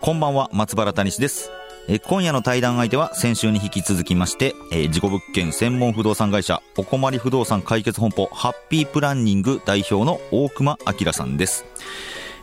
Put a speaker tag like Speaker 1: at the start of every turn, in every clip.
Speaker 1: こんばんは、松原谷志です。えー今夜の対談相手は先週に引き続きまして、えー事故物件専門不動産会社、お困り不動産解決本舗、ハッピープランニング代表の大熊明さんです。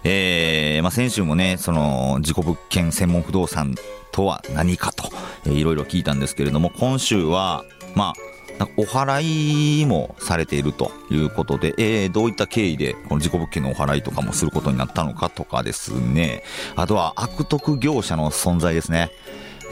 Speaker 1: えーまあ、先週もね、その、事故物件専門不動産とは何かと、えーいろいろ聞いたんですけれども、今週は、まあ、なんかお払いもされているということで、えーどういった経緯で、この事故物件のお払いとかもすることになったのかとかですね、あとは悪徳業者の存在ですね。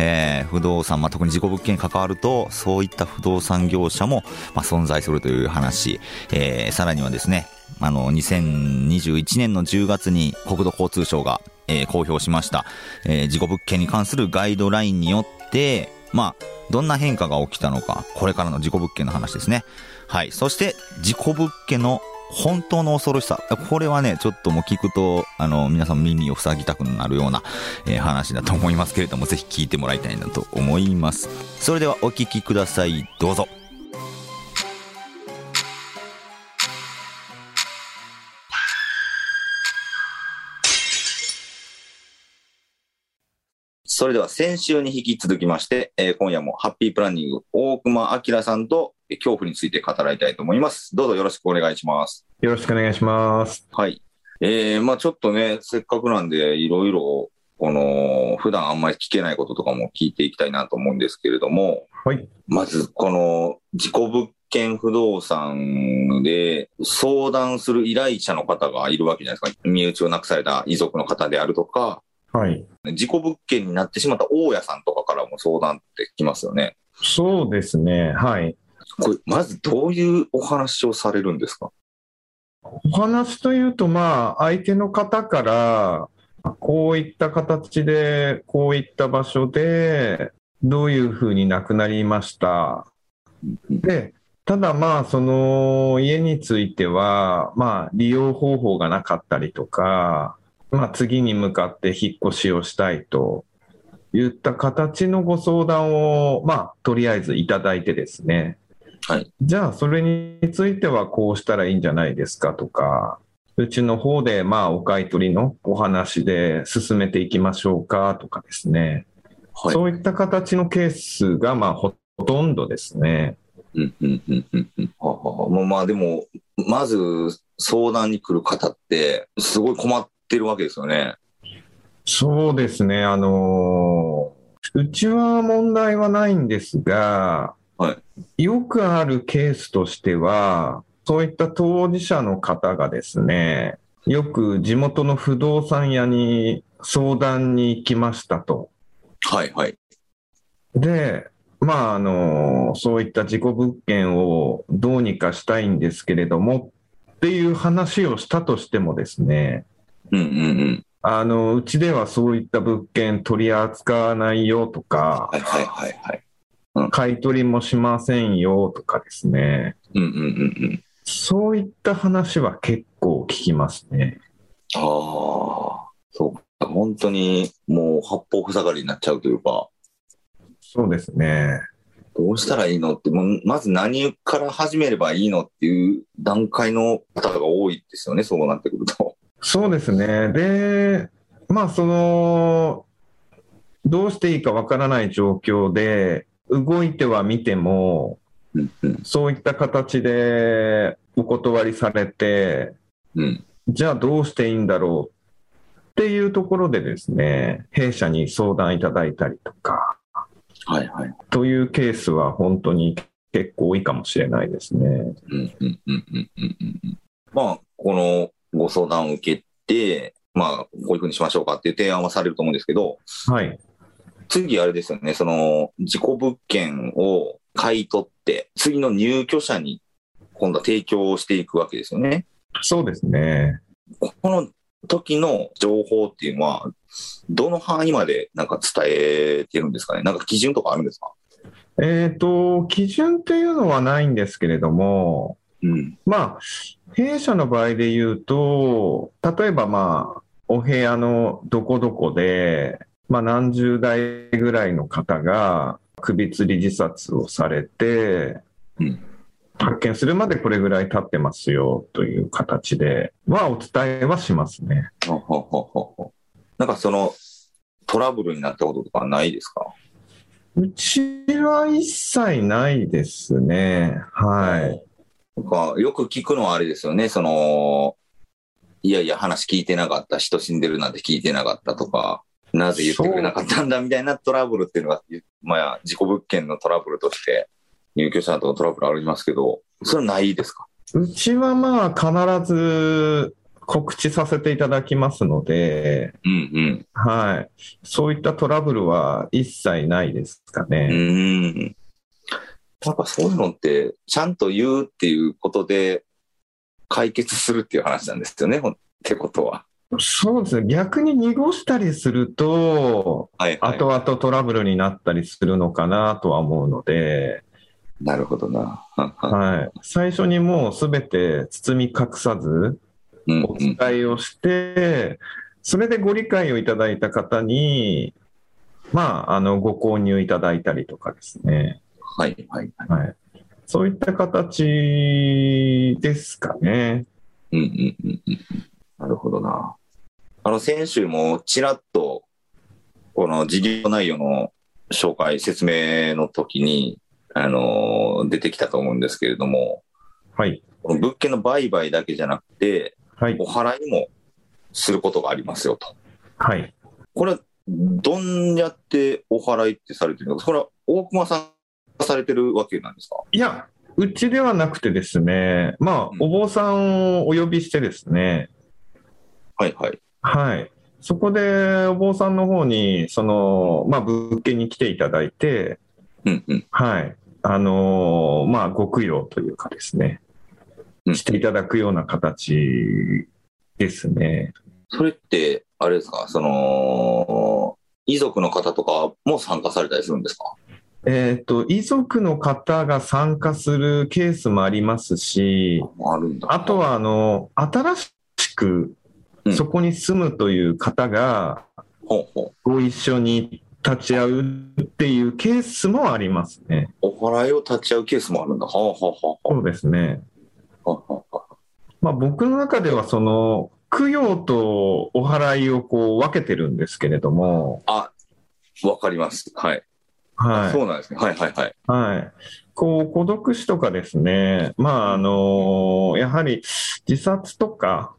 Speaker 1: えー不動産、まあ、特に事故物件に関わると、そういった不動産業者も、まあ、存在するという話、えーさらにはですね、あの、2021年の10月に国土交通省が、えー公表しました、えー事故物件に関するガイドラインによって、まあ、どんな変化が起きたのか、これからの事故物件の話ですね。はい。そして、事故物件の本当の恐ろしさ。これはね、ちょっともう聞くと、あの、皆さん耳を塞ぎたくなるような、えー話だと思いますけれども、ぜひ聞いてもらいたいなと思います。それではお聞きください。どうぞ。それでは先週に引き続きまして、えー今夜もハッピープランニング大熊明さんとえー恐怖について語らいたいと思います。どうぞよろしくお願いします。
Speaker 2: よろしくお願いします。
Speaker 1: はい。えー、まあちょっとね、せっかくなんでいろいろ、この、普段あんまり聞けないこととかも聞いていきたいなと思うんですけれども、
Speaker 2: はい。
Speaker 1: まずこの、自己物件不動産で相談する依頼者の方がいるわけじゃないですか。身内を亡くされた遺族の方であるとか、
Speaker 2: はい。
Speaker 1: 事故物件になってしまった大家さんとかからも相談ってきますよね。
Speaker 2: そうですね。はい。
Speaker 1: これ、まずどういうお話をされるんですか
Speaker 2: お話というと、まあ、相手の方から、こういった形で、こういった場所で、どういうふうに亡くなりました。で、ただまあ、その家については、まあ、利用方法がなかったりとか、まあ、次に向かって引っ越しをしたいといった形のご相談を、まあ、とりあえずいただいてですね。
Speaker 1: はい。
Speaker 2: じゃあ、それについてはこうしたらいいんじゃないですかとか、うちの方で、まあ、お買い取りのお話で進めていきましょうかとかですね。
Speaker 1: はい。
Speaker 2: そういった形のケースが、まあ、ほとんどですね。
Speaker 1: うんうんうんうんうんはあはあまあまあでも、まず相談に来る方って、すごい困ってるわけですよね。
Speaker 2: そうですね。あのーうちは問題はないんですが、
Speaker 1: は
Speaker 2: よくあるケースとしては、そういった当事者の方がですね、よく地元の不動産屋に相談に行きましたと。
Speaker 1: はいはい。
Speaker 2: で、まあ、あの、そういった事故物件をどうにかしたいんですけれどもっていう話をしたとしてもですね、
Speaker 1: うんうんうん。
Speaker 2: あの、うちではそういった物件取り扱わないよとか、
Speaker 1: はいはいはいはい。
Speaker 2: 買い取りもしませんよとかですね、
Speaker 1: うんうんうんうん。
Speaker 2: そういった話は結構聞きますね。
Speaker 1: ああ、そうか。本当にもう八方塞がりになっちゃうというか、
Speaker 2: そうですね。
Speaker 1: どうしたらいいのって、もうまず何から始めればいいのっていう段階の方が多いですよね、そうなってくると。
Speaker 2: そうですね。で、まあ、その、どうしていいかわからない状況で、動いては見ても、
Speaker 1: うんうん
Speaker 2: そういった形でお断りされて、
Speaker 1: うん。
Speaker 2: じゃあどうしていいんだろうっていうところでですね、弊社に相談いただいたりとか、
Speaker 1: はいはい。
Speaker 2: というケースは本当に結構多いかもしれないですね。
Speaker 1: うんうんうんうんうんうんうん。まあ、このご相談を受けて、まあ、こういうふうにしましょうかっていう提案はされると思うんですけど、
Speaker 2: はい。
Speaker 1: 次あれですよね、その、事故物件を買い取って、次の入居者に今度は提供をしていくわけですよね。
Speaker 2: そうですね。
Speaker 1: この時の情報っていうのは、どの範囲までなんか伝えてるんですかね、なんか基準とかあるんですか、
Speaker 2: えっ、と、基準っていうのはないんですけれども、
Speaker 1: うん、
Speaker 2: まあ、弊社の場合で言うと、例えばまあ、お部屋のどこどこで、まあ何十代ぐらいの方が首吊り自殺をされて、
Speaker 1: うん
Speaker 2: 発見するまでこれぐらい経ってますよという形ではお伝えはしますね。
Speaker 1: ほうほうほうほうほうなんかそのトラブルになったこととかないですか、
Speaker 2: うちは一切ないですね。はい。
Speaker 1: なんかよく聞くのはあれですよね、そのいやいや、話聞いてなかった、人死んでるなんて聞いてなかったとか、なぜ言ってくれなかったんだみたいなトラブルっていうのが、まあ、事故物件のトラブルとして、入居者とトラブルありますけど、それないですか、
Speaker 2: うちはまあ必ず告知させていただきますので、
Speaker 1: うんうん、
Speaker 2: はい。そういったトラブルは一切ないですか
Speaker 1: う
Speaker 2: ね。
Speaker 1: ん。やっぱそういうのって、ちゃんと言うっていうことで解決するっていう話なんですよね、ほんってことは。
Speaker 2: そうですね。逆に濁したりすると、
Speaker 1: はい、はい。
Speaker 2: 後々トラブルになったりするのかなとは思うので、
Speaker 1: なるほどな。
Speaker 2: はい。最初にもうすべて包み隠さず
Speaker 1: うん
Speaker 2: お
Speaker 1: う
Speaker 2: 伝
Speaker 1: ん、
Speaker 2: えをして、それでご理解をいただいた方に、まあ、あの、ご購入いただいたりとかですね。
Speaker 1: はい、はい。
Speaker 2: はい、そういった形ですかね。
Speaker 1: うんうんうんうん。なるほどな。あの、先週もちらっと、この事業内容の紹介、説明の時に、あの出てきたと思うんですけれども、
Speaker 2: はい。
Speaker 1: この物件の売買だけじゃなくて、
Speaker 2: はい
Speaker 1: お。払いもすることがありますよと。
Speaker 2: はい。
Speaker 1: これ、どんやってお払いってされてるのか、これは大熊さんがされてるわけなんですか
Speaker 2: いや、うちではなくてですね、まあ
Speaker 1: う、ん
Speaker 2: お坊さんをお呼びしてですね、
Speaker 1: はいはい。
Speaker 2: はい。そこで、お坊さんの方に、その、まあ、物件に来ていただいて、
Speaker 1: うんうん。
Speaker 2: はい。あのーまあ、ご供養というかですね
Speaker 1: う、ん
Speaker 2: していただくような形ですね。
Speaker 1: それって、あれですか、その、遺族の方とかも参加されたりするんですか
Speaker 2: えっ、と、遺族の方が参加するケースもありますし、
Speaker 1: あるんだ。
Speaker 2: あと、は、あの、新しく
Speaker 1: うん
Speaker 2: そこに住むという方が
Speaker 1: ほうほう。
Speaker 2: ご一緒に立ち会うっていうケースもありますね。
Speaker 1: お払いを立ち会うケースもあるんだ。はあはあは
Speaker 2: そうですね。
Speaker 1: あはあはあはあ。
Speaker 2: まあ僕の中ではその、供養とお祓いをこう分けてるんですけれども、
Speaker 1: わかります。はい。
Speaker 2: はい。
Speaker 1: そうなんですね。はいはいはい。
Speaker 2: はい。こう、孤独死とかですね、まあ、あの、やはり自殺とか、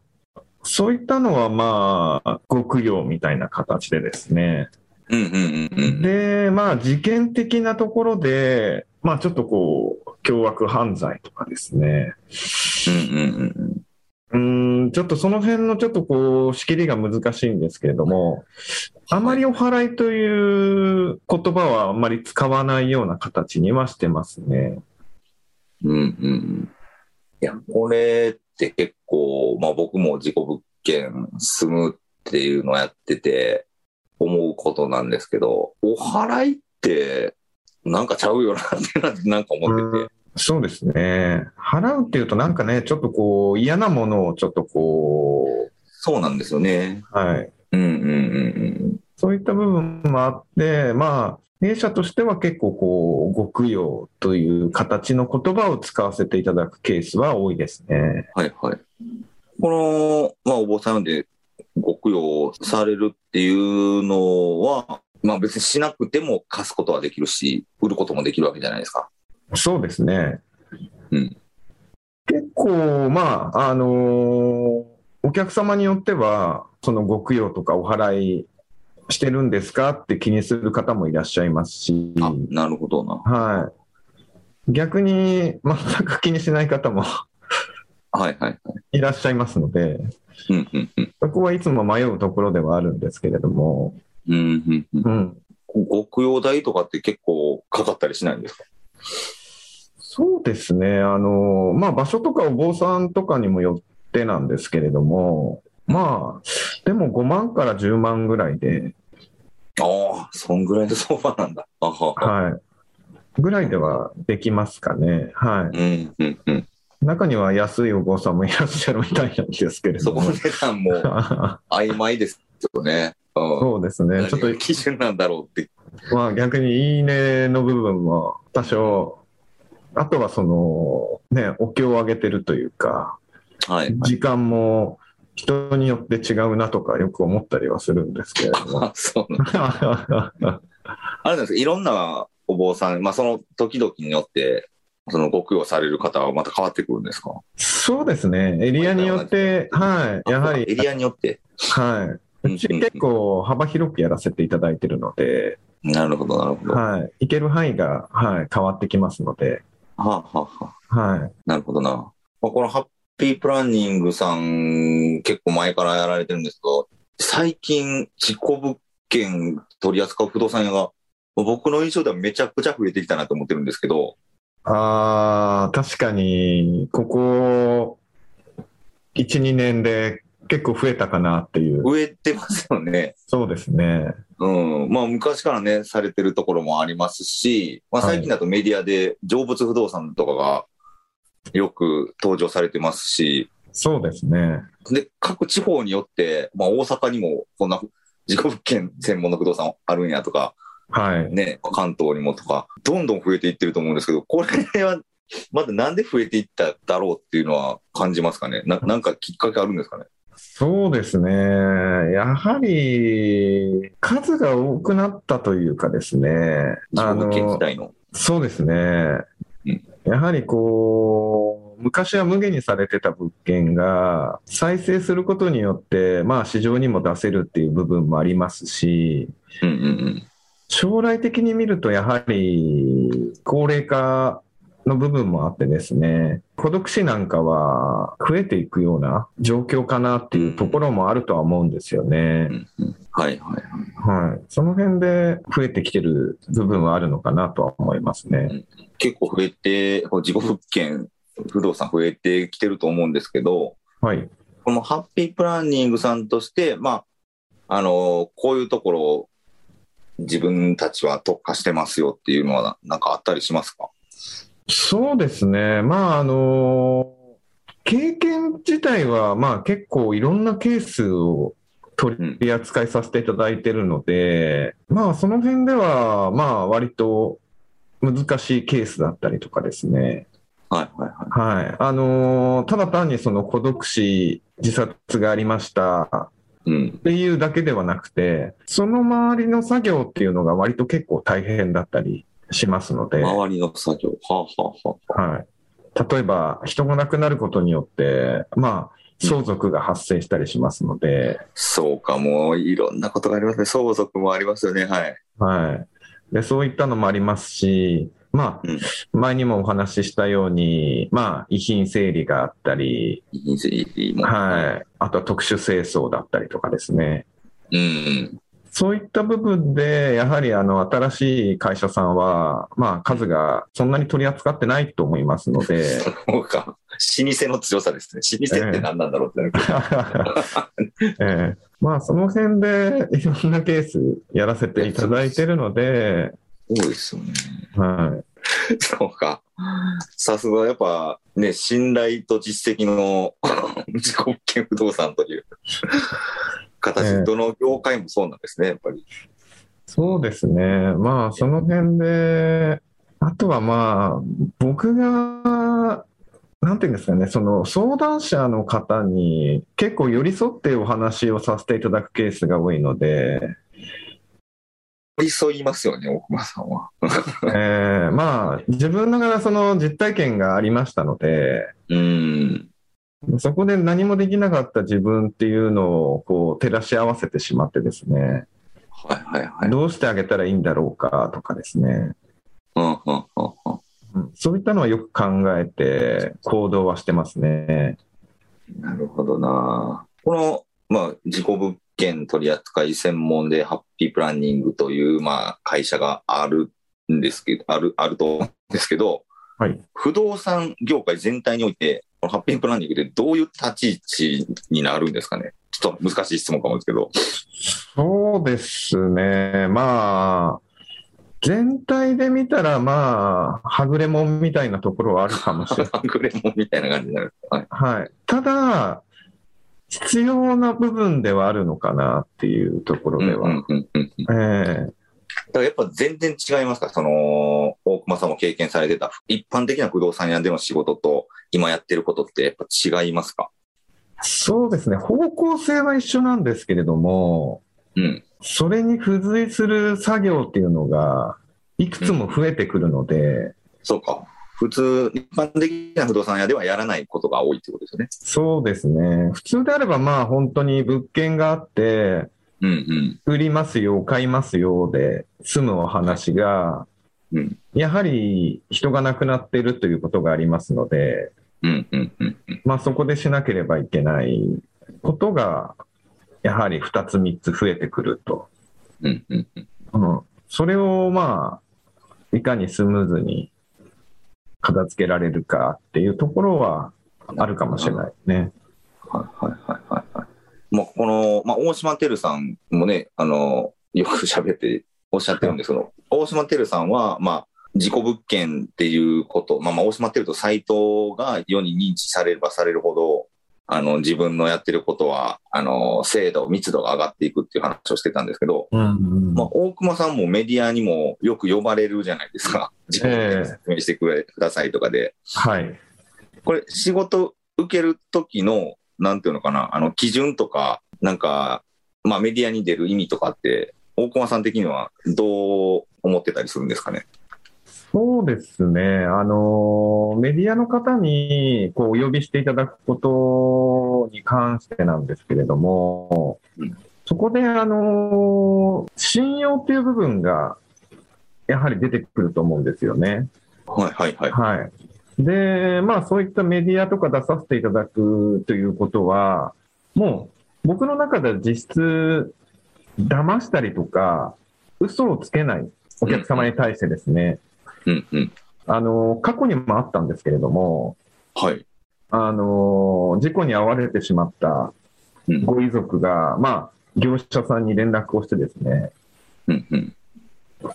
Speaker 2: そういったのは、まあ、ご供養みたいな形でですね。
Speaker 1: うんうんうんうん。
Speaker 2: で、まあ、事件的なところで、まあ、ちょっとこう、凶悪犯罪とかですね。
Speaker 1: うんうんうんうん。
Speaker 2: うーん、ちょっとその辺のちょっとこう、仕切りが難しいんですけれども、あまりお祓いという言葉はあんまり使わないような形にはしてますね。
Speaker 1: うんうんうん。いや、これって結構、まあ僕も事故物件住むっていうのをやってて思うことなんですけど、お払いってなんかちゃうよなってななんか思ってて。
Speaker 2: そうですね。払うっていうとなんかね、ちょっとこう嫌なものをちょっとこ
Speaker 1: そうなんですよね。
Speaker 2: う、はい。
Speaker 1: うんうんうん
Speaker 2: そういった部分もあって、まあ、弊社としては結構こう、ご供養という形の言葉を使わせていただくケースは多いですね。
Speaker 1: うん。はいはい。この、まあお坊さんでご供養されるっていうのは、まあ別にしなくても貸すことはできるし、売ることもできるわけじゃないですか。
Speaker 2: そうですね。
Speaker 1: うん
Speaker 2: 結構、まあ、あのーお客様によっては、そのご供養とかお祓いしてるんですかって気にする方もいらっしゃいますし。
Speaker 1: あ、なるほどな。
Speaker 2: はい。逆に全く気にしない方も
Speaker 1: はいはい。
Speaker 2: いらっしゃいますので、
Speaker 1: うんうんうん。
Speaker 2: そこはいつも迷うところではあるんですけれども、
Speaker 1: うんうんうん
Speaker 2: うん。
Speaker 1: ご供養代とかって結構かかったりしないんですか
Speaker 2: そうですね、あの、まあ、場所とかお坊さんとかにもよってなんですけれども、まあ、でも5万から10万ぐらいで、
Speaker 1: ああ、そんぐらいの相場なんだ。あはは。
Speaker 2: はい。ぐらいではできますかね。は
Speaker 1: うん、うん、うん。
Speaker 2: い。中には安いお坊さんもいらっしゃるみたいなんですけれ
Speaker 1: そこ
Speaker 2: ども
Speaker 1: の。値段も曖昧ですよね。うん。
Speaker 2: そうですね。ちょっ
Speaker 1: 何が基準なんだろうって。
Speaker 2: と、まあ逆にいいねの部分も多少、あとはその、ね、お経をあげてるというか、
Speaker 1: はい。
Speaker 2: 時間も人によって違うなとかよく思ったりはするんですけれども。
Speaker 1: あそうなんだあれなんですか、いろんなお坊さん、まあ、その時々によって、そのご供養される方はまた変わってくるんですか
Speaker 2: そうですね。エリアによって、はい。やは
Speaker 1: あエ
Speaker 2: り、
Speaker 1: リアによって。
Speaker 2: はい。
Speaker 1: うん
Speaker 2: うち結構幅広くやらせていただいてるので、
Speaker 1: なるほど、なるほど。は
Speaker 2: はい。行ける範囲が、はい、変わってきますので、
Speaker 1: あ、はあはあ、
Speaker 2: は
Speaker 1: なるほどな。まあ、このハッピープランニングさん、結構前からやられてるんですけど、最近、事故物件取り扱う不動産屋が、僕の印象ではめちゃくちゃ増えてきたなと思ってるんですけど、
Speaker 2: い。ああ、確かに、ここ、1、2年で結構増えたかなっていう。
Speaker 1: 増えてますよね。
Speaker 2: そうですね。
Speaker 1: うん。まあ、昔からね、されてるところもありますし、まあ、
Speaker 2: はい
Speaker 1: 最近だとメディアで成仏不動産とかがよく登場されてますし、
Speaker 2: そうですね。
Speaker 1: で、各地方によって、まあ、大阪にもこんな事故物件専門の不動産あるんやとか、
Speaker 2: はい。
Speaker 1: ね、関東にもとか、どんどん増えていってると思うんですけど、これは、まだなんで増えていっただろうっていうのは感じますかねななんかきっかけあるんですかね
Speaker 2: そうですね。やはり、数が多くなったというかですね。
Speaker 1: 事故物件自体の。
Speaker 2: そうですね
Speaker 1: うん。
Speaker 2: やはりこう、昔は無限にされてた物件が、再生することによって、まあ市場にも出せるっていう部分もありますし、
Speaker 1: うんうんうん。
Speaker 2: 将来的に見るとやはり、高齢化の部分もあってですね、孤独死なんかは増えていくような状況かなっていうところもあるとは思うんですよね
Speaker 1: う。んうんはいはい。
Speaker 2: はい。その辺で増えてきてる部分はあるのかなとは思いますね。
Speaker 1: 結構増えて、こう事故物件、不動産増えてきてると思うんですけど、
Speaker 2: はい。
Speaker 1: このハッピープランニングさんとして、まあ、あのこういうところを自分たちは特化してますよっていうのは、なんかあったりしますか
Speaker 2: そうですね、まああの経験自体は、まあ、結構いろんなケースを取り扱いさせていただいてるので、まあ、その辺では、まあ割と難しいケースだったりとかですね、
Speaker 1: はいはいはい。
Speaker 2: はいあのただ単にその孤独死、自殺がありました
Speaker 1: うん
Speaker 2: っ。ていうだけではなくて、その周りの作業っていうのが割と結構大変だったりしますので。
Speaker 1: 周りの作業。はあ、はあはあ、
Speaker 2: はい、例えば人が亡くなることによって、まあ、相続が発生したりしますので,、
Speaker 1: そうか、もういろんなことがありますね。相続もありますよね。はい。
Speaker 2: はい、でそういったのもありますし、まあ
Speaker 1: うん
Speaker 2: 前にもお話ししたように、まあ、遺品整理があったり、
Speaker 1: いいぜいいぜいいもん
Speaker 2: はい、あとは特殊清掃だったりとかですね。
Speaker 1: うん。
Speaker 2: そういった部分で、やはりあの新しい会社さんは、まあ、数がそんなに取り扱ってないと思いますので、
Speaker 1: そうか。老舗の強さですね。老舗って何なんだろうってなるけど。
Speaker 2: ええまあその辺でいろんなケースやらせていただいてるので、
Speaker 1: 多いですよね。
Speaker 2: は
Speaker 1: そうか。さすがやっぱね、信頼と実績の自己物件不動産という形、
Speaker 2: ええ
Speaker 1: どの業界もそうなんですね、やっぱり。
Speaker 2: い、そうですね、まあその辺で、あとはまあ、僕が、なんていうんですかね、その相談者の方に結構寄り添ってお話をさせていただくケースが多いの で、
Speaker 1: 寄り添いますよね、大熊さんは。
Speaker 2: ええまあ自分ながらその実体験がありましたので、
Speaker 1: うん。
Speaker 2: そこで何もできなかった自分っていうのをこう照らし合わせてしまってですね、
Speaker 1: はいはいはい。
Speaker 2: どうしてあげたらいいんだろうかとかですね、
Speaker 1: うんうんうんうん。
Speaker 2: うんそういったのはよく考えて行動はしてますね。
Speaker 1: なるほどな。この、まあ、事故物件取り扱い専門で、ハッピープランニングという、まあ、会社があるんですけど、ある、あると思うんですけど、
Speaker 2: はい。
Speaker 1: 不動産業界全体において、このハッピープランニングでどういう立ち位置になるんですかね。ちょっと難しい質問かもですけ ど。
Speaker 2: そうですね。まあ、全体で見たら、まあ、はぐれもんみたいなところはあるかも しれない。
Speaker 1: はぐれもんみたいな感じになる。はい。
Speaker 2: はい。ただ、必要な部分ではあるのかなっていうところ
Speaker 1: うん
Speaker 2: で
Speaker 1: う
Speaker 2: は。
Speaker 1: んうんうん。だ
Speaker 2: え
Speaker 1: からやっぱ全然違いますかその、大熊さんも経験されてた、一般的な不動産屋での仕事と、今やってることってやっぱ違いますか
Speaker 2: えそうですね。方向性は一緒なんですけれども、
Speaker 1: うん。
Speaker 2: それに付随する作業っていうのが、いくつも増えてくるので、
Speaker 1: そうか。普通、一般的な不動産屋ではやらないことが多いってことですよね。
Speaker 2: そうですね。普通であれば、まあ本当に物件があって、
Speaker 1: うん
Speaker 2: 売りますよ、買いますよで済むお話が、
Speaker 1: うん。うん。
Speaker 2: やはり人が亡くなっているということがありますので、
Speaker 1: うんうんうんうん。
Speaker 2: まあそこでしなければいけないことが、やはり2つ3つ増えてくると。
Speaker 1: うんうんうん。
Speaker 2: うん。それをまあ、いかにスムーズに片付けられるかっていうところはあるかもしれないね。
Speaker 1: はいはいはいはいはい。まあ、この、まあ、大島てるさんもね、あの、よく喋っておっしゃってるんですけど、大島てるさんは、まあ、事故物件っていうこと、まあまあ、大島てるとサイトが世に認知されればされるほど、あの、自分のやってることは、あの、精度、密度が上がっていくっていう話をしてたんですけど、
Speaker 2: うんうん
Speaker 1: まあ、大熊さんもメディアにもよく呼ばれるじゃないですか。事故物件の説明してくれくださいとかで。
Speaker 2: はい。
Speaker 1: これ、仕事受ける時の、なんていうのかな、あの、基準とか、なんか、まあ、メディアに出る意味とかって、大駒さん的にはどう思ってたりするんですかね。
Speaker 2: そうですね。あの、メディアの方に、こう、お呼びしていただくことに関してなんですけれども
Speaker 1: うん、
Speaker 2: そこで、あの、信用っていう部分が、やはり出てくると思うんですよね。
Speaker 1: はいはいはい。
Speaker 2: はい。で、まあ、そういったメディアとか出させていただくということは、もう、僕の中では実質、騙したりとか、嘘をつけない、お客様に対してですね。
Speaker 1: うんうん。
Speaker 2: あの、過去にもあったんですけれども、
Speaker 1: はい。
Speaker 2: あの、事故に遭われてしまった
Speaker 1: うん
Speaker 2: ご遺族が、まあ、業者さんに連絡をしてですね、
Speaker 1: うんうん。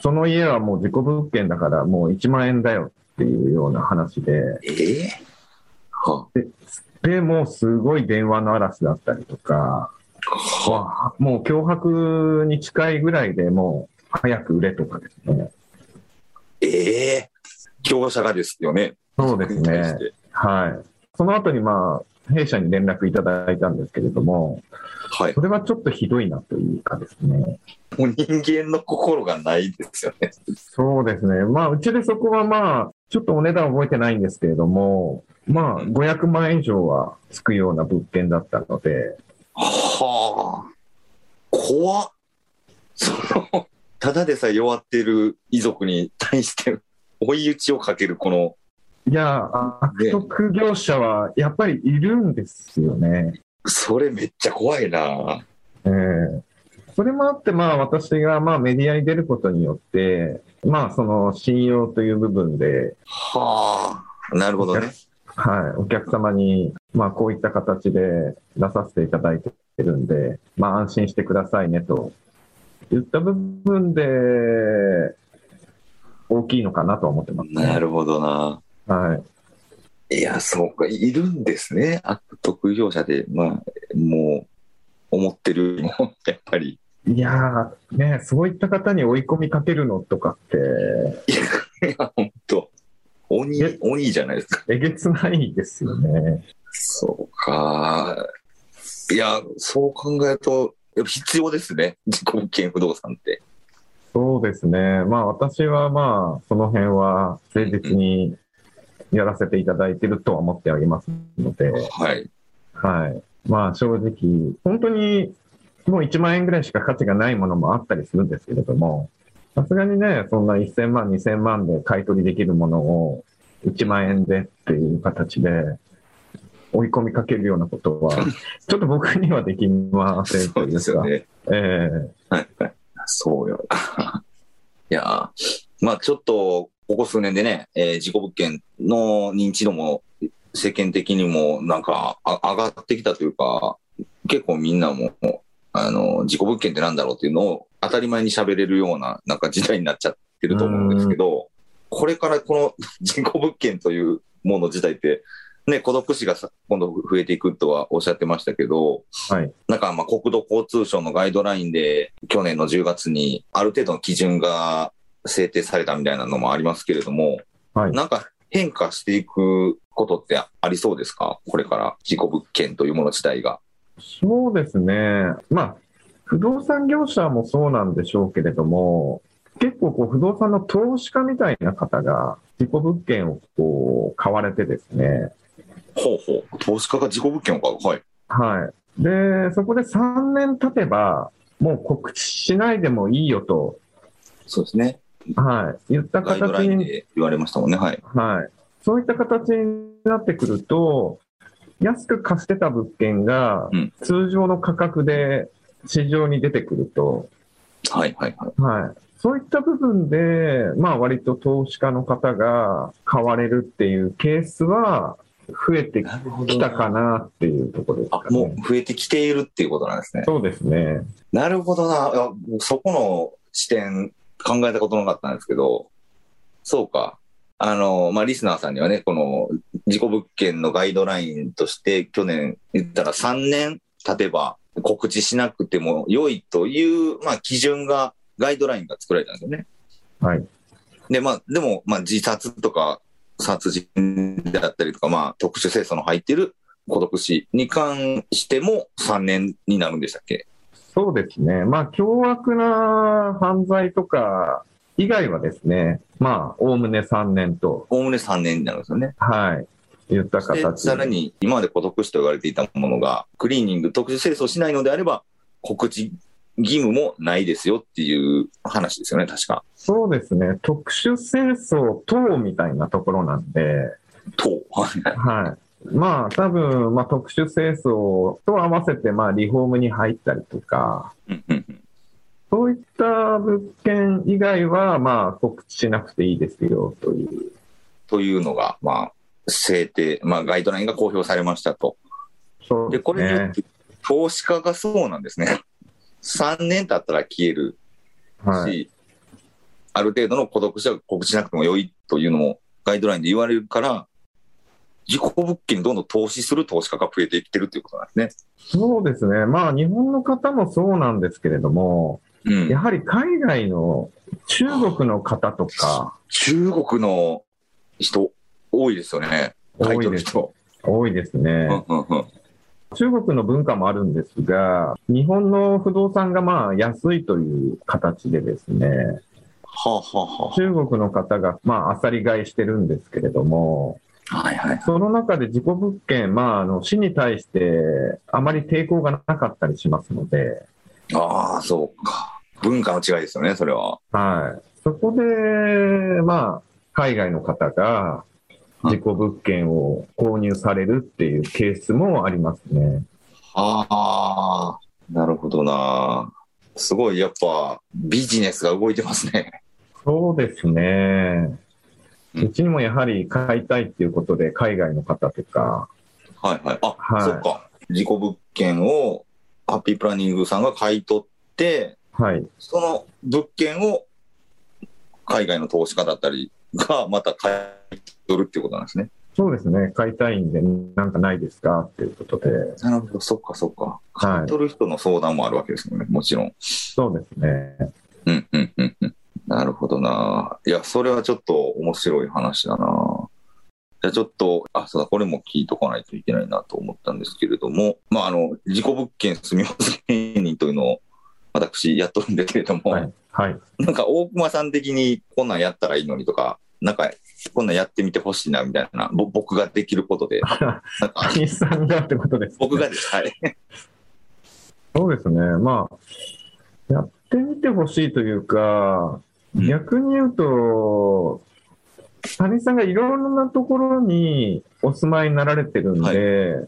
Speaker 2: その家はもう事故物件だからもう1万円だよっていうような話で、
Speaker 1: ええは
Speaker 2: で、もうすごい電話の嵐だったりとか、
Speaker 1: は
Speaker 2: もう脅迫に近いぐらいでもう早く売れとかですね。
Speaker 1: ええ業者がですよね。
Speaker 2: そうです
Speaker 1: に対し
Speaker 2: ね。
Speaker 1: て
Speaker 2: はい。その後にまあ、弊社に連絡いただいたんですけれども、
Speaker 1: はい。
Speaker 2: それはちょっとひどいなというかですね。
Speaker 1: もう人間の心がないですよね。
Speaker 2: そうですね。まあ、うちでそこはまあ、ちょっとお値段覚えてないんですけれども、まあ、500万円以上はつくような物件だったので、
Speaker 1: はあ。怖っ。その、ただでさえ弱ってる遺族に対して 追い打ちをかけるこの
Speaker 2: いや、あ悪徳業者はやっぱりいるんですよね。
Speaker 1: それめっちゃ怖いな。
Speaker 2: ええそれもあって、まあ、私がまあ、メディアに出ることによって、まあ、その信用という部分で、
Speaker 1: はあ。なるほどね。
Speaker 2: はい、お客様に、まあ、こういった形で出させていただいてるんで、まあ、安心してくださいねと言った部分で、大きいのかなとは思ってます
Speaker 1: な
Speaker 2: ね。
Speaker 1: るほどな。
Speaker 2: はい。
Speaker 1: いや、そうか。いるんですね。悪徳業者で。まあ、もう、思ってるよりも、 やっぱり。
Speaker 2: いやー、ね、そういった方に追い込みかけるのとかって、
Speaker 1: いや、本当鬼
Speaker 2: え、
Speaker 1: 鬼じゃないですか。
Speaker 2: えげつないですよね。
Speaker 1: そうか。いや、そう考えると、やっぱ必要ですね。 自己物件不動産って。
Speaker 2: そうですね。まあ、私はまあ、その辺は誠実にやらせていただいてるとは思ってはいますので。
Speaker 1: はい。
Speaker 2: はい。まあ正直、本当にもう1万円ぐらいしか価値がないものもあったりするんですけれども、さすがにね、そんな1000万、2000万で買い取りできるものを1万円でっていう形で追い込みかけるようなことは、ちょっと僕にはできません
Speaker 1: そ
Speaker 2: と
Speaker 1: う
Speaker 2: い
Speaker 1: で
Speaker 2: う
Speaker 1: すよ
Speaker 2: か、
Speaker 1: ね。
Speaker 2: ええ
Speaker 1: はいはい。そうよ。 いやー、まあちょっと、ここ数年でね、えー、事故物件の認知度も世間的にもなんかあ上がってきたというか、結構みんなも、あの、事故物件ってなんだろうっていうのを当たり前に喋れるような、なんか時代になっちゃってると思うんですけど、これからこの 事故物件というもの自体って、ね、孤独死がさ今度増えていくとはおっしゃってましたけど、
Speaker 2: はい
Speaker 1: なんかまあ国土交通省のガイドラインで、去年の10月にある程度の基準が制定されたみたいなのもありますけれども、
Speaker 2: はい
Speaker 1: なんか変化していくことってありそうですかこれから事故物件というもの自体が。
Speaker 2: そうですね。まあ、不動産業者もそうなんでしょうけれども、結構こう不動産の投資家みたいな方が、自己物件をこう買われてですね、
Speaker 1: ほうほう。投資家が事故物件を買う。はい。
Speaker 2: はい。で、そこで3年経てば、もう告知しないでもいいよと、
Speaker 1: そうですね。
Speaker 2: はい、言った
Speaker 1: ガイドライ
Speaker 2: 形
Speaker 1: ン
Speaker 2: に、
Speaker 1: で言われましたもんね。はい。
Speaker 2: はい、そういった形になってくると、安く貸してた物件が
Speaker 1: うん
Speaker 2: 通常の価格で市場に出てくると、
Speaker 1: はいはいはい。
Speaker 2: はい、そういった部分で、まあ割と投資家の方が買われるっていうケースは増えて
Speaker 1: るほ
Speaker 2: きたかなっていうところです
Speaker 1: あ
Speaker 2: か、
Speaker 1: も
Speaker 2: ね。
Speaker 1: う増えてきているっていうことなんですね。
Speaker 2: そうですね。
Speaker 1: なるほどな。いや僕そこの視点考えたことなかったんですけど、そうか。あの、まあ、リスナーさんにはね、この事故物件のガイドラインとして、去年言ったら3年経てば告知しなくても良いという、まあ、基準が、ガイドラインが作られたんですよね。
Speaker 2: はい。
Speaker 1: で、まあ、でも、まあ、自殺とか殺人であったりとか、まあ、特殊清掃の入っている孤独死に関しても3年になるんでしたっけ
Speaker 2: そうですね。まあ、凶悪な犯罪とか以外はですね、まあ、おおむね3年と、
Speaker 1: おおむね3年になるんですよね。
Speaker 2: はい、いった
Speaker 1: で、
Speaker 2: 形
Speaker 1: さら
Speaker 2: で。
Speaker 1: に今まで孤独死と言われていたものが、クリーニング、特殊清掃しないのであれば、告知義務もないですよっていう話ですよね、確か。
Speaker 2: そうですね。特殊清掃等みたいなところなんで、
Speaker 1: と。
Speaker 2: はい。まあ、多分、まあ、特殊清掃と合わせて、まあ、リフォームに入ったりとか、
Speaker 1: うんうんうん
Speaker 2: そういった物件以外は、まあ、告知しなくていいですよ、という。
Speaker 1: というのが、まあ、制定、まあ、ガイドラインが公表されましたと。
Speaker 2: そう
Speaker 1: で、
Speaker 2: です
Speaker 1: これによっ
Speaker 2: ね。
Speaker 1: て、投資家がそうなんですね。3年経ったら消えるし、
Speaker 2: はい。
Speaker 1: ある程度の孤独者は告知しなくても良いというのもガイドラインで言われるから、自己物件にどんどん投資する投資家が増えてきてるということなんです
Speaker 2: そうですね。まあ、日本の方もそうなんですけれども、
Speaker 1: ね。うん
Speaker 2: やはり海外の中国の方とか、
Speaker 1: 中国の人、多いですよね。
Speaker 2: 多
Speaker 1: 買
Speaker 2: い
Speaker 1: 取
Speaker 2: です。
Speaker 1: 人。
Speaker 2: 多いですね。
Speaker 1: うんうんうん
Speaker 2: 中国の文化もあるんですが、日本の不動産がまあ安いという形でですね、
Speaker 1: はあはあは
Speaker 2: 中国の方がまああさり買いしてるんですけれども、
Speaker 1: あ。はいはい。
Speaker 2: その中で自己物件、まああの市に対してあまり抵抗がなかったりしますので、
Speaker 1: ああ、そうか。文化の違いですよね、それは。
Speaker 2: はい。そこで、まあ海外の方が自己物件を購入されるっていうケースもありますね。
Speaker 1: ああ、なるほどな。すごい、やっぱ、ビジネスが動いてますね。
Speaker 2: そうですね。
Speaker 1: うん
Speaker 2: うちにもやはり買いたいっていうことで、海外の方とか、
Speaker 1: はいはい。あ、
Speaker 2: はい
Speaker 1: そっか。事故物件を、ハッピープランニングさんが買い取って、
Speaker 2: はい、
Speaker 1: その物件を、海外の投資家だったりが、また買い取るっていうことなんですね。
Speaker 2: そうですね、買いたいんで、なんかないですかっていうことで、
Speaker 1: なるほど、そっかそっか。
Speaker 2: はい
Speaker 1: 買い取る人の相談もあるわけですもんね、もちろん。
Speaker 2: そうですね。
Speaker 1: うんうんうんうん。なるほどな。いや、それはちょっと面白い話だな。じゃあちょっと、あ、そうだ、これも聞いとかないといけないなと思ったんですけれども、まあ、あの、事故物件住みません芸人というのを、私、やっとるんですけれども、
Speaker 2: はい、はい、
Speaker 1: なんか大熊さん的にこんなんやったらいいのにとか、なんか、こんなんやってみてほしいなみたいな、ぼ僕ができること で、なんか、
Speaker 2: 日産だってことです、ね。
Speaker 1: 僕がです、はい。
Speaker 2: そうですね、まあ、やってみてほしいというか、
Speaker 1: うん
Speaker 2: 逆に言うと、谷さんがいろんなところにお住まいになられてるんで、
Speaker 1: は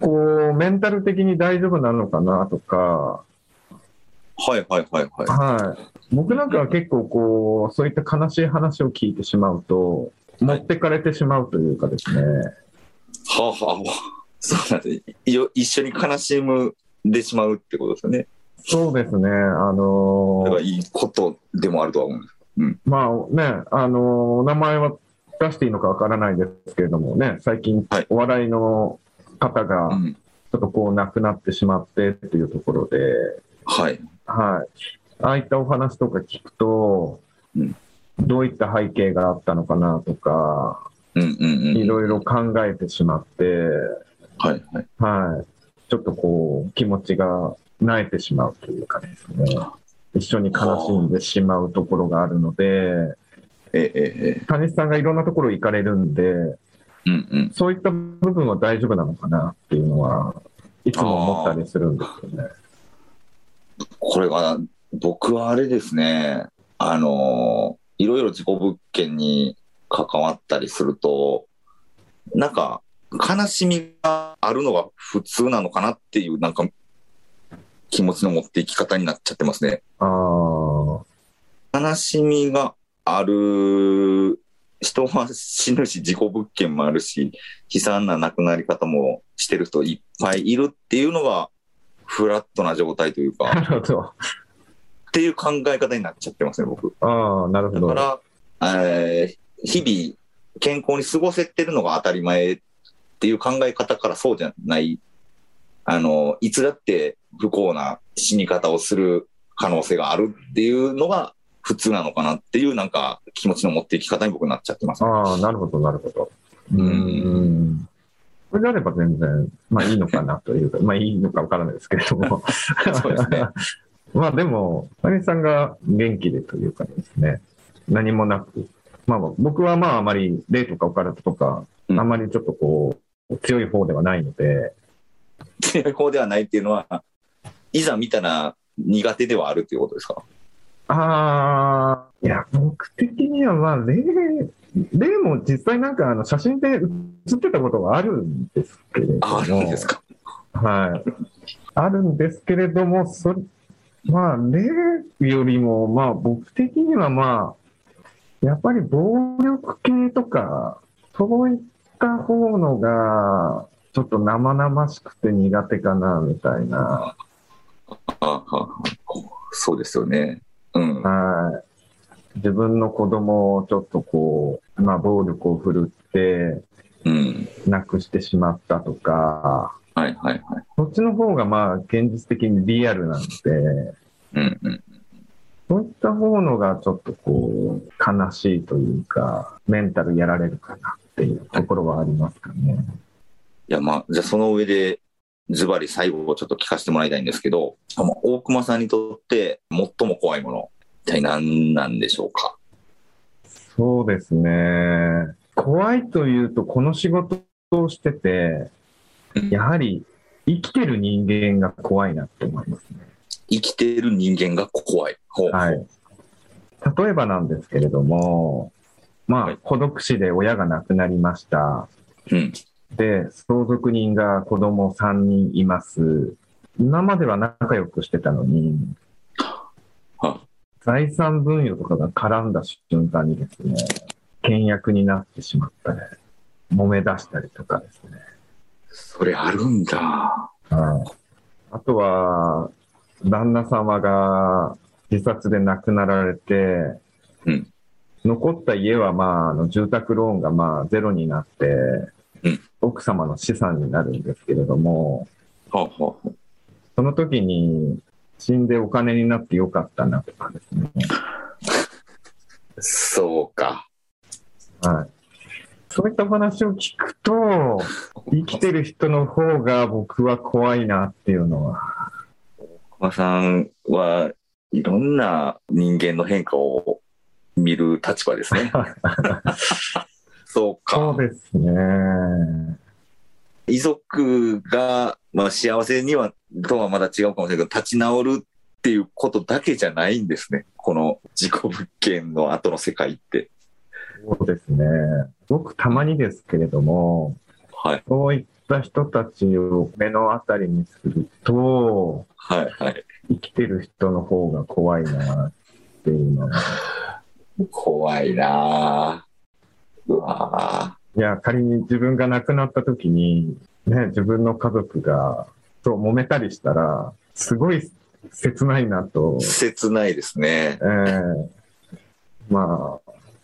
Speaker 2: こう、メンタル的に大丈夫なのかなとか、
Speaker 1: はいはいはいはい。
Speaker 2: はい。僕なんかは結構こう、そういった悲しい話を聞いてしまうと、持ってかれてしまうというかですね。
Speaker 1: はあはあはあ。そうなんですね。よ一緒に悲しむでしまうってことですよね。
Speaker 2: そうですね。あ
Speaker 1: だ
Speaker 2: の
Speaker 1: から
Speaker 2: ー
Speaker 1: いいことでもあるとは思うんです。
Speaker 2: まあね、あのーお名前は出していいのかわからないですけれどもね、最近
Speaker 1: はい、
Speaker 2: お笑いの方が
Speaker 1: う、ん。
Speaker 2: ちょっとこう亡くなってしまってっていうところで、
Speaker 1: はい。
Speaker 2: はい。ああいったお話とか聞くと
Speaker 1: うん、
Speaker 2: どういった背景があったのかなとか、
Speaker 1: うんうんうん。
Speaker 2: いろいろ考えてしまって、
Speaker 1: はいはい。
Speaker 2: はい。ちょっとこう、気持ちが萎えてしまうというかですね。一緒に悲しんでしまうところがあるので、
Speaker 1: えええええ
Speaker 2: 谷さんがいろんなところ行かれるんで、
Speaker 1: え。うんうん。
Speaker 2: そういった部分は大丈夫なのかなっていうのは、いつも思ったりするんですよね。
Speaker 1: これが、僕はあれですね。あのー、いろいろ事故物件に関わったりすると、なんか、悲しみがあるのが普通なのかなっていう、なんか、気持ちの持っていき方になっちゃってますね。
Speaker 2: ああ、
Speaker 1: 悲しみがある人は死ぬし、事故物件もあるし、悲惨な亡くなり方もしてる人いっぱいいるっていうのが、フラットな状態という
Speaker 2: な
Speaker 1: か、
Speaker 2: るほど。
Speaker 1: っていう考え方になっちゃってますね、僕。
Speaker 2: ああ、なるほ
Speaker 1: だ
Speaker 2: ど。
Speaker 1: から、えー日々健康に過ごせてるのが当たり前っていう考え方からそうじゃない、あの、いつだって不幸な死に方をする可能性があるっていうのが普通なのかなっていうなんか気持ちの持っていき方に僕なっちゃって ます。
Speaker 2: ああ、なるほど、なるほど。う
Speaker 1: うん
Speaker 2: ん。これであれば全然、まあいいのかなというか、まあいいのかわからないですけれども。
Speaker 1: そうですね。
Speaker 2: まあでも、谷さんが元気でというかですね、何もなく、まあ僕はまああまり霊とかオカルトとか、
Speaker 1: うん
Speaker 2: あまりちょっとこう、強い方ではないので、
Speaker 1: 強い方ではないっていうのは、いざ見たら苦手ではあるっていうことですか
Speaker 2: ああ、いや、僕的にはまあ霊、霊も実際なんかあの写真で写ってたことがあるんですけれども。
Speaker 1: あるんですか
Speaker 2: はい。あるんですけれども、それ、まあ、例よりも、まあ、僕的にはまあ、やっぱり暴力系とか、そういった方のが、ちょっと生々しくて苦手かな、みたいな。
Speaker 1: ああそうですよね。うん。
Speaker 2: はい。自分の子供をちょっとこう、まあ、暴力を振るって、
Speaker 1: うん。
Speaker 2: 亡くしてしまったとか、
Speaker 1: はいはいはい。
Speaker 2: そっちの方がまあ、現実的にリアルなので、
Speaker 1: うんうん。
Speaker 2: そういった方のがちょっとこう、悲しいというか、メンタルやられるかなっていうところはありますかね。
Speaker 1: いや、まあ、じゃあその上で、ズバリ最後をちょっと聞かせてもらいたいんですけど、あの大熊さんにとって最も怖いもの、一体何なんでしょうか
Speaker 2: そうですね。怖いというと、この仕事をしてて、やはり生きてる人間が怖いなって思いますね。
Speaker 1: 生きている人間が怖い。ほう
Speaker 2: はい。例えばなんですけれども、ま
Speaker 1: は
Speaker 2: あ
Speaker 1: い、
Speaker 2: 孤独死で親が亡くなりました。
Speaker 1: うん。
Speaker 2: で、相続人が子供3人います。今までは仲良くしてたのに、
Speaker 1: は
Speaker 2: 財産分与とかが絡んだ瞬間にですね、倹約になってしまったり、揉め出したりとかですね。
Speaker 1: それあるんだ。
Speaker 2: はいあとは、旦那様が自殺で亡くなられて、
Speaker 1: うん
Speaker 2: 残った家は、まあ、あの住宅ローンがまあゼロになって、
Speaker 1: うん
Speaker 2: 奥様の資産になるんですけれども、
Speaker 1: ほうほうほう
Speaker 2: その時に死んでお金になってよかったなとかですね。
Speaker 1: そうか。
Speaker 2: はい。そういったお話を聞くと、生きてる人の方が僕は怖いなっていうのは。
Speaker 1: 熊さんはいろんな人間の変化を見る立場です ね。そうか。
Speaker 2: そうですね。
Speaker 1: 遺族が、まあ、幸せにはとはまだ違うかもしれないけど立ち直るっていうことだけじゃないんですねこの事故物件の後の世界って
Speaker 2: そうですね。僕たまにですけれども、
Speaker 1: はい
Speaker 2: そういった人たちを目の当たりにすると、
Speaker 1: はいはい
Speaker 2: 生きてる人の方が怖いなっていうのは。
Speaker 1: 怖いなあうわあ
Speaker 2: いや、仮に自分が亡くなった時に、ね、自分の家族が、と揉めたりしたら、すごい切ないなと、
Speaker 1: 切ないですね
Speaker 2: え。ーま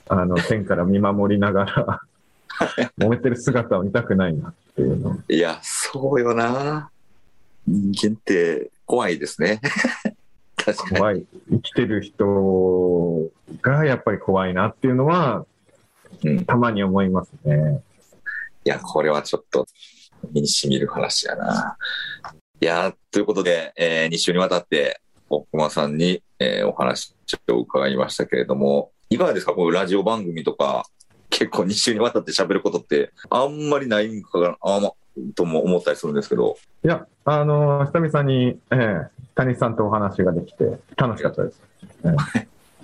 Speaker 2: あ、あの、天から見守りながら、揉めてる姿を見たくないなっていうの。
Speaker 1: いや、そうよな。人間って怖いですね。確かに。
Speaker 2: 怖い。生きてる人がやっぱり怖いなっていうのは、
Speaker 1: うん
Speaker 2: たまに思いますね。
Speaker 1: いや、これはちょっと身に染みる話やな。いや、ということで、え2週にわたって、奥間さんに、えーお話を伺いましたけれども、いかがですかこういうラジオ番組とか、結構2週にわたって喋ることって、あんまりないんかな、あま、とも思ったりするんですけど、
Speaker 2: いや、あの、久々に、ええ谷さんとお話ができて、楽しかったです。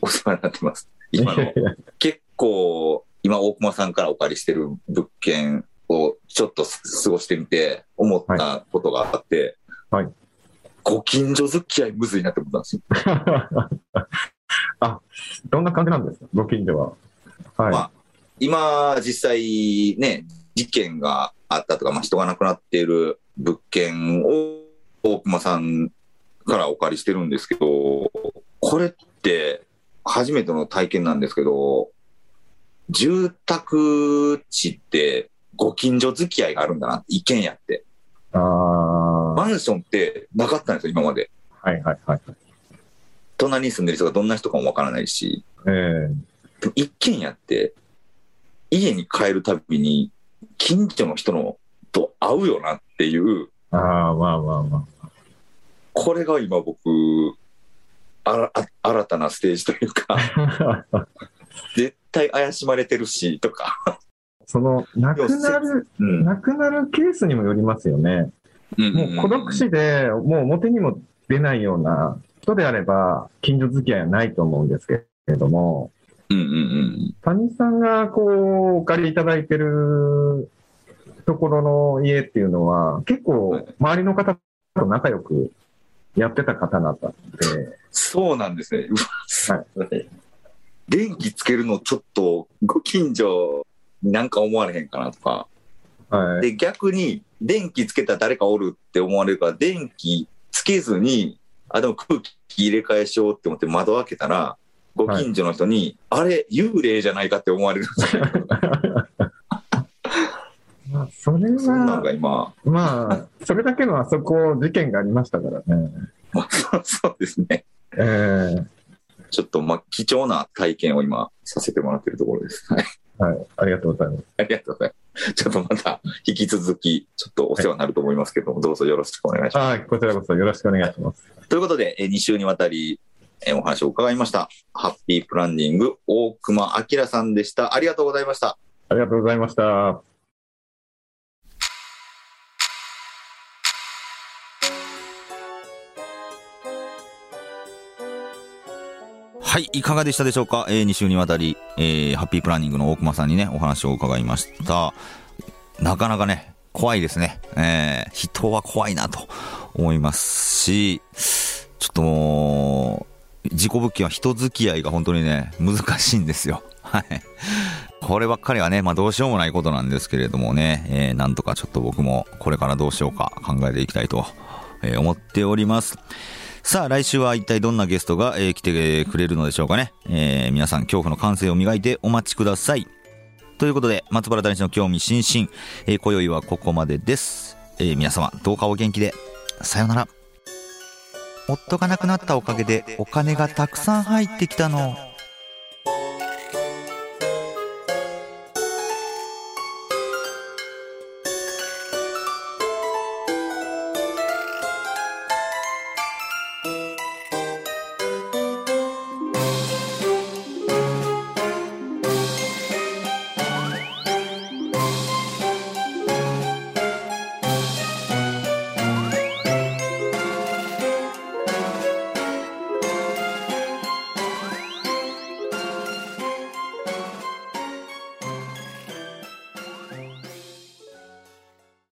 Speaker 1: お世話になってます。今の結構、今、大熊さんからお借りしてる物件をちょっと過ごしてみて、思ったことがあって、
Speaker 2: はい
Speaker 1: ご近所付き合いむずいなって思ったんですよ。
Speaker 2: あ、どんな感じなんですかご近所は。はい。
Speaker 1: まあ今、実際ね、事件があったとか、まあ、人が亡くなっている物件を大熊さんからお借りしてるんですけど、これって初めての体験なんですけど、住宅地ってご近所付き合いがあるんだな、一軒家って。
Speaker 2: ああ、は
Speaker 1: マンションってなかったんですよ、今まで。
Speaker 2: いはいはい。
Speaker 1: 隣に住んでる人がどんな人かもわからないし。
Speaker 2: ええ
Speaker 1: でも一軒家って、家に帰るたびに、近所の人のと会うよなっていう、
Speaker 2: ああ、まあまあま
Speaker 1: これが今僕、あらあ新たなステージというか、
Speaker 2: あ。
Speaker 1: 絶対怪しまれてるし、とか。
Speaker 2: その、亡くなる、
Speaker 1: うん
Speaker 2: 亡くなるケースにもよりますよね。もう孤独。死で、もう表にも出ないような人であれば、近所付き合いはないと思うんですけれども、
Speaker 1: うんうんうん。
Speaker 2: 谷さんがこう、お借りいただいてるところの家っていうのは、結構、周りの方と仲良くやってた方だったんで、
Speaker 1: そうなんですね。うわ電気つけるのちょっと、ご近所なんか思われへんかなとか。
Speaker 2: はい。
Speaker 1: で、逆に、電気つけたら誰かおるって思われるから、電気つけずに、あ、でも空気入れ替えしようって思って窓開けたら、ご近所の人に、あれ、幽霊じゃないかって思われる。
Speaker 2: まあ、それ
Speaker 1: そんな
Speaker 2: は
Speaker 1: のが、今、
Speaker 2: まあ、それだけのあそこ、事件がありましたからね。
Speaker 1: まあ、 そうですね。
Speaker 2: えー
Speaker 1: ちょっと、まあ、貴重な体験を今、させてもらってるところです。はい。
Speaker 2: はい、ありがとうございます。
Speaker 1: ありがとうございます。ちょっとまた、引き続き、ちょっとお世話になると思いますけども、どうぞよろしくお願いします。
Speaker 2: はい、こちらこそよろしくお願いします。
Speaker 1: ということで、えー2週にわたり、えーお話を伺いました。ハッピープランニング、大熊明さんでした。ありがとうございました。
Speaker 2: ありがとうございました。
Speaker 3: はい、いかがでしたでしょうか、え2週にわたり、えーハッピープランニングの大熊さんにね、お話を伺いました。なかなかね、怖いですね。えー人は怖いなと思いますし、ちょっともう、事故物件は人付き合いが本当にね、難しいんですよ。はい。こればっかりはね、まあどうしようもないことなんですけれどもね、えーなんとかちょっと僕もこれからどうしようか考えていきたいとえー思っております。さあ、来週は一体どんなゲストが、えー来てくれるのでしょうかね。えー皆さん、恐怖の感性を磨いてお待ちください。ということで、松原谷氏の興味津々、えー今宵はここまでです。えー皆様、どうかお元気で。さようなら。夫が亡くなったおかげでお金がたくさん入ってきたの。